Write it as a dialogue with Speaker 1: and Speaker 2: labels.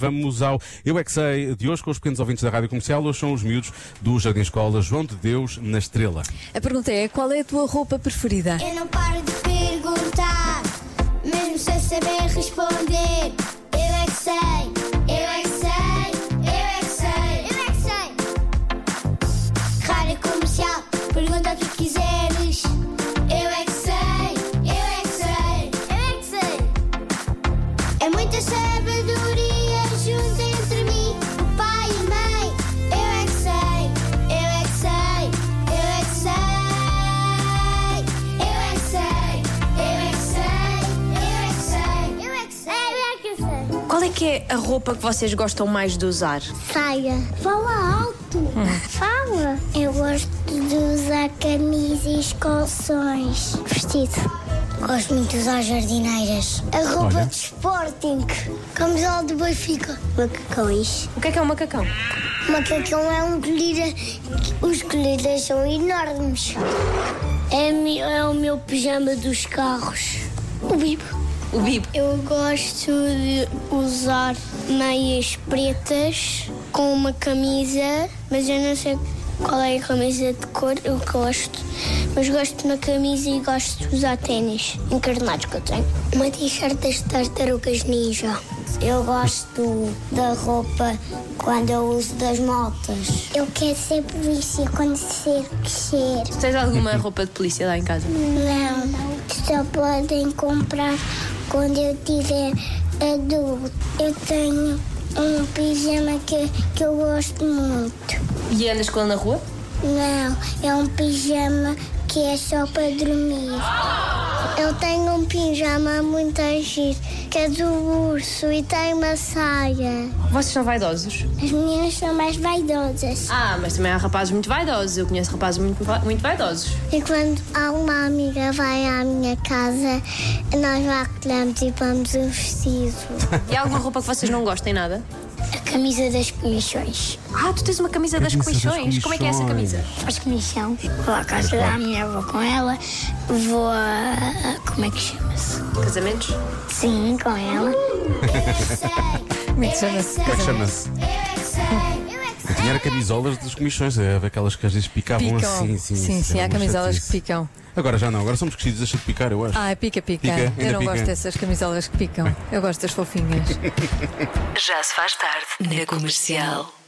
Speaker 1: Vamos ao Eu É Que Sei de hoje com os pequenos ouvintes da Rádio Comercial. Hoje são os miúdos do Jardim Escola João de Deus na Estrela.
Speaker 2: A pergunta é: qual é a tua roupa preferida?
Speaker 3: Eu não paro de perguntar, mesmo sem saber responder. Eu é que sei, eu é que sei, eu é que sei, eu é que sei. Rádio comercial, pergunta o que quiseres. Eu é que sei, eu é que sei, eu é que sei. É muita sabedoria junto entre mim, o pai e a mãe. Eu é que sei, eu é que sei, eu é que sei. Eu é que sei, eu é que sei, eu é que sei, eu é que sei. Eu é que sei.
Speaker 4: Qual é que é a roupa que vocês gostam mais de usar?
Speaker 3: Saia. Fala alto. Fala. Eu gosto de usar camisa e escolações. Vestido. Gosto muito de usar jardineiras. A roupa
Speaker 1: Olha.
Speaker 3: de Sporting. Camisola de Benfica. Macacões.
Speaker 4: O que é que é um macacão?
Speaker 3: Macacão é um colírio. Os colírios são enormes. É, o meu pijama dos carros. O bibo.
Speaker 4: O bibo.
Speaker 3: Eu gosto de usar meias pretas com uma camisa, mas eu não sei qual é a camisa de cor, eu gosto. Mas gosto de uma camisa e gosto de usar ténis encarnados que eu tenho. Uma t-shirt das tartarugas ninja. Eu gosto da roupa quando eu uso das motas. Eu quero ser polícia quando ser crescer.
Speaker 4: Tu tens alguma roupa de polícia lá em casa?
Speaker 3: Não, só podem comprar quando eu tiver adulto. Eu tenho um pijama que, que eu gosto muito.
Speaker 4: E andas com ele na rua?
Speaker 3: Não, é um pijama que é só para dormir. Eu tenho um pijama muito giro, que é do urso e tem uma saia.
Speaker 4: Vocês são vaidosos?
Speaker 3: As meninas são mais vaidosas.
Speaker 4: Ah, mas também há rapazes muito vaidosos. Eu conheço rapazes muito, va- muito vaidosos.
Speaker 3: E quando uma amiga vai à minha casa, nós vacilamos e vamos um vestido.
Speaker 4: E há alguma roupa que vocês não gostem nada?
Speaker 3: A camisa das comissões.
Speaker 4: Ah, tu tens uma camisa das
Speaker 1: Camisa das
Speaker 4: comissões? Como é que é essa
Speaker 1: comissões.
Speaker 4: camisa?
Speaker 3: Faz comissão. Vou à casa da minha avó com ela. Vou a. Como é que chama-se?
Speaker 4: Casamentos?
Speaker 3: Sim, com ela.
Speaker 2: Como é que chama-se?
Speaker 1: Como é que chama-se?
Speaker 3: é
Speaker 1: Eu tinha era camisolas das comissões, é, aquelas que às vezes picavam
Speaker 2: Picam.
Speaker 1: assim. Sim,
Speaker 2: sim,
Speaker 1: isso
Speaker 2: há
Speaker 1: era uma
Speaker 2: camisolas
Speaker 1: chatice.
Speaker 2: que picam.
Speaker 1: Agora já não, agora somos crescidos, deixa de picar, eu acho.
Speaker 2: Ah, pica, pica.
Speaker 1: Pica? Ainda
Speaker 2: Eu não
Speaker 1: pica?
Speaker 2: gosto dessas camisolas que picam. Eu gosto das fofinhas.
Speaker 5: Já se faz tarde na comercial.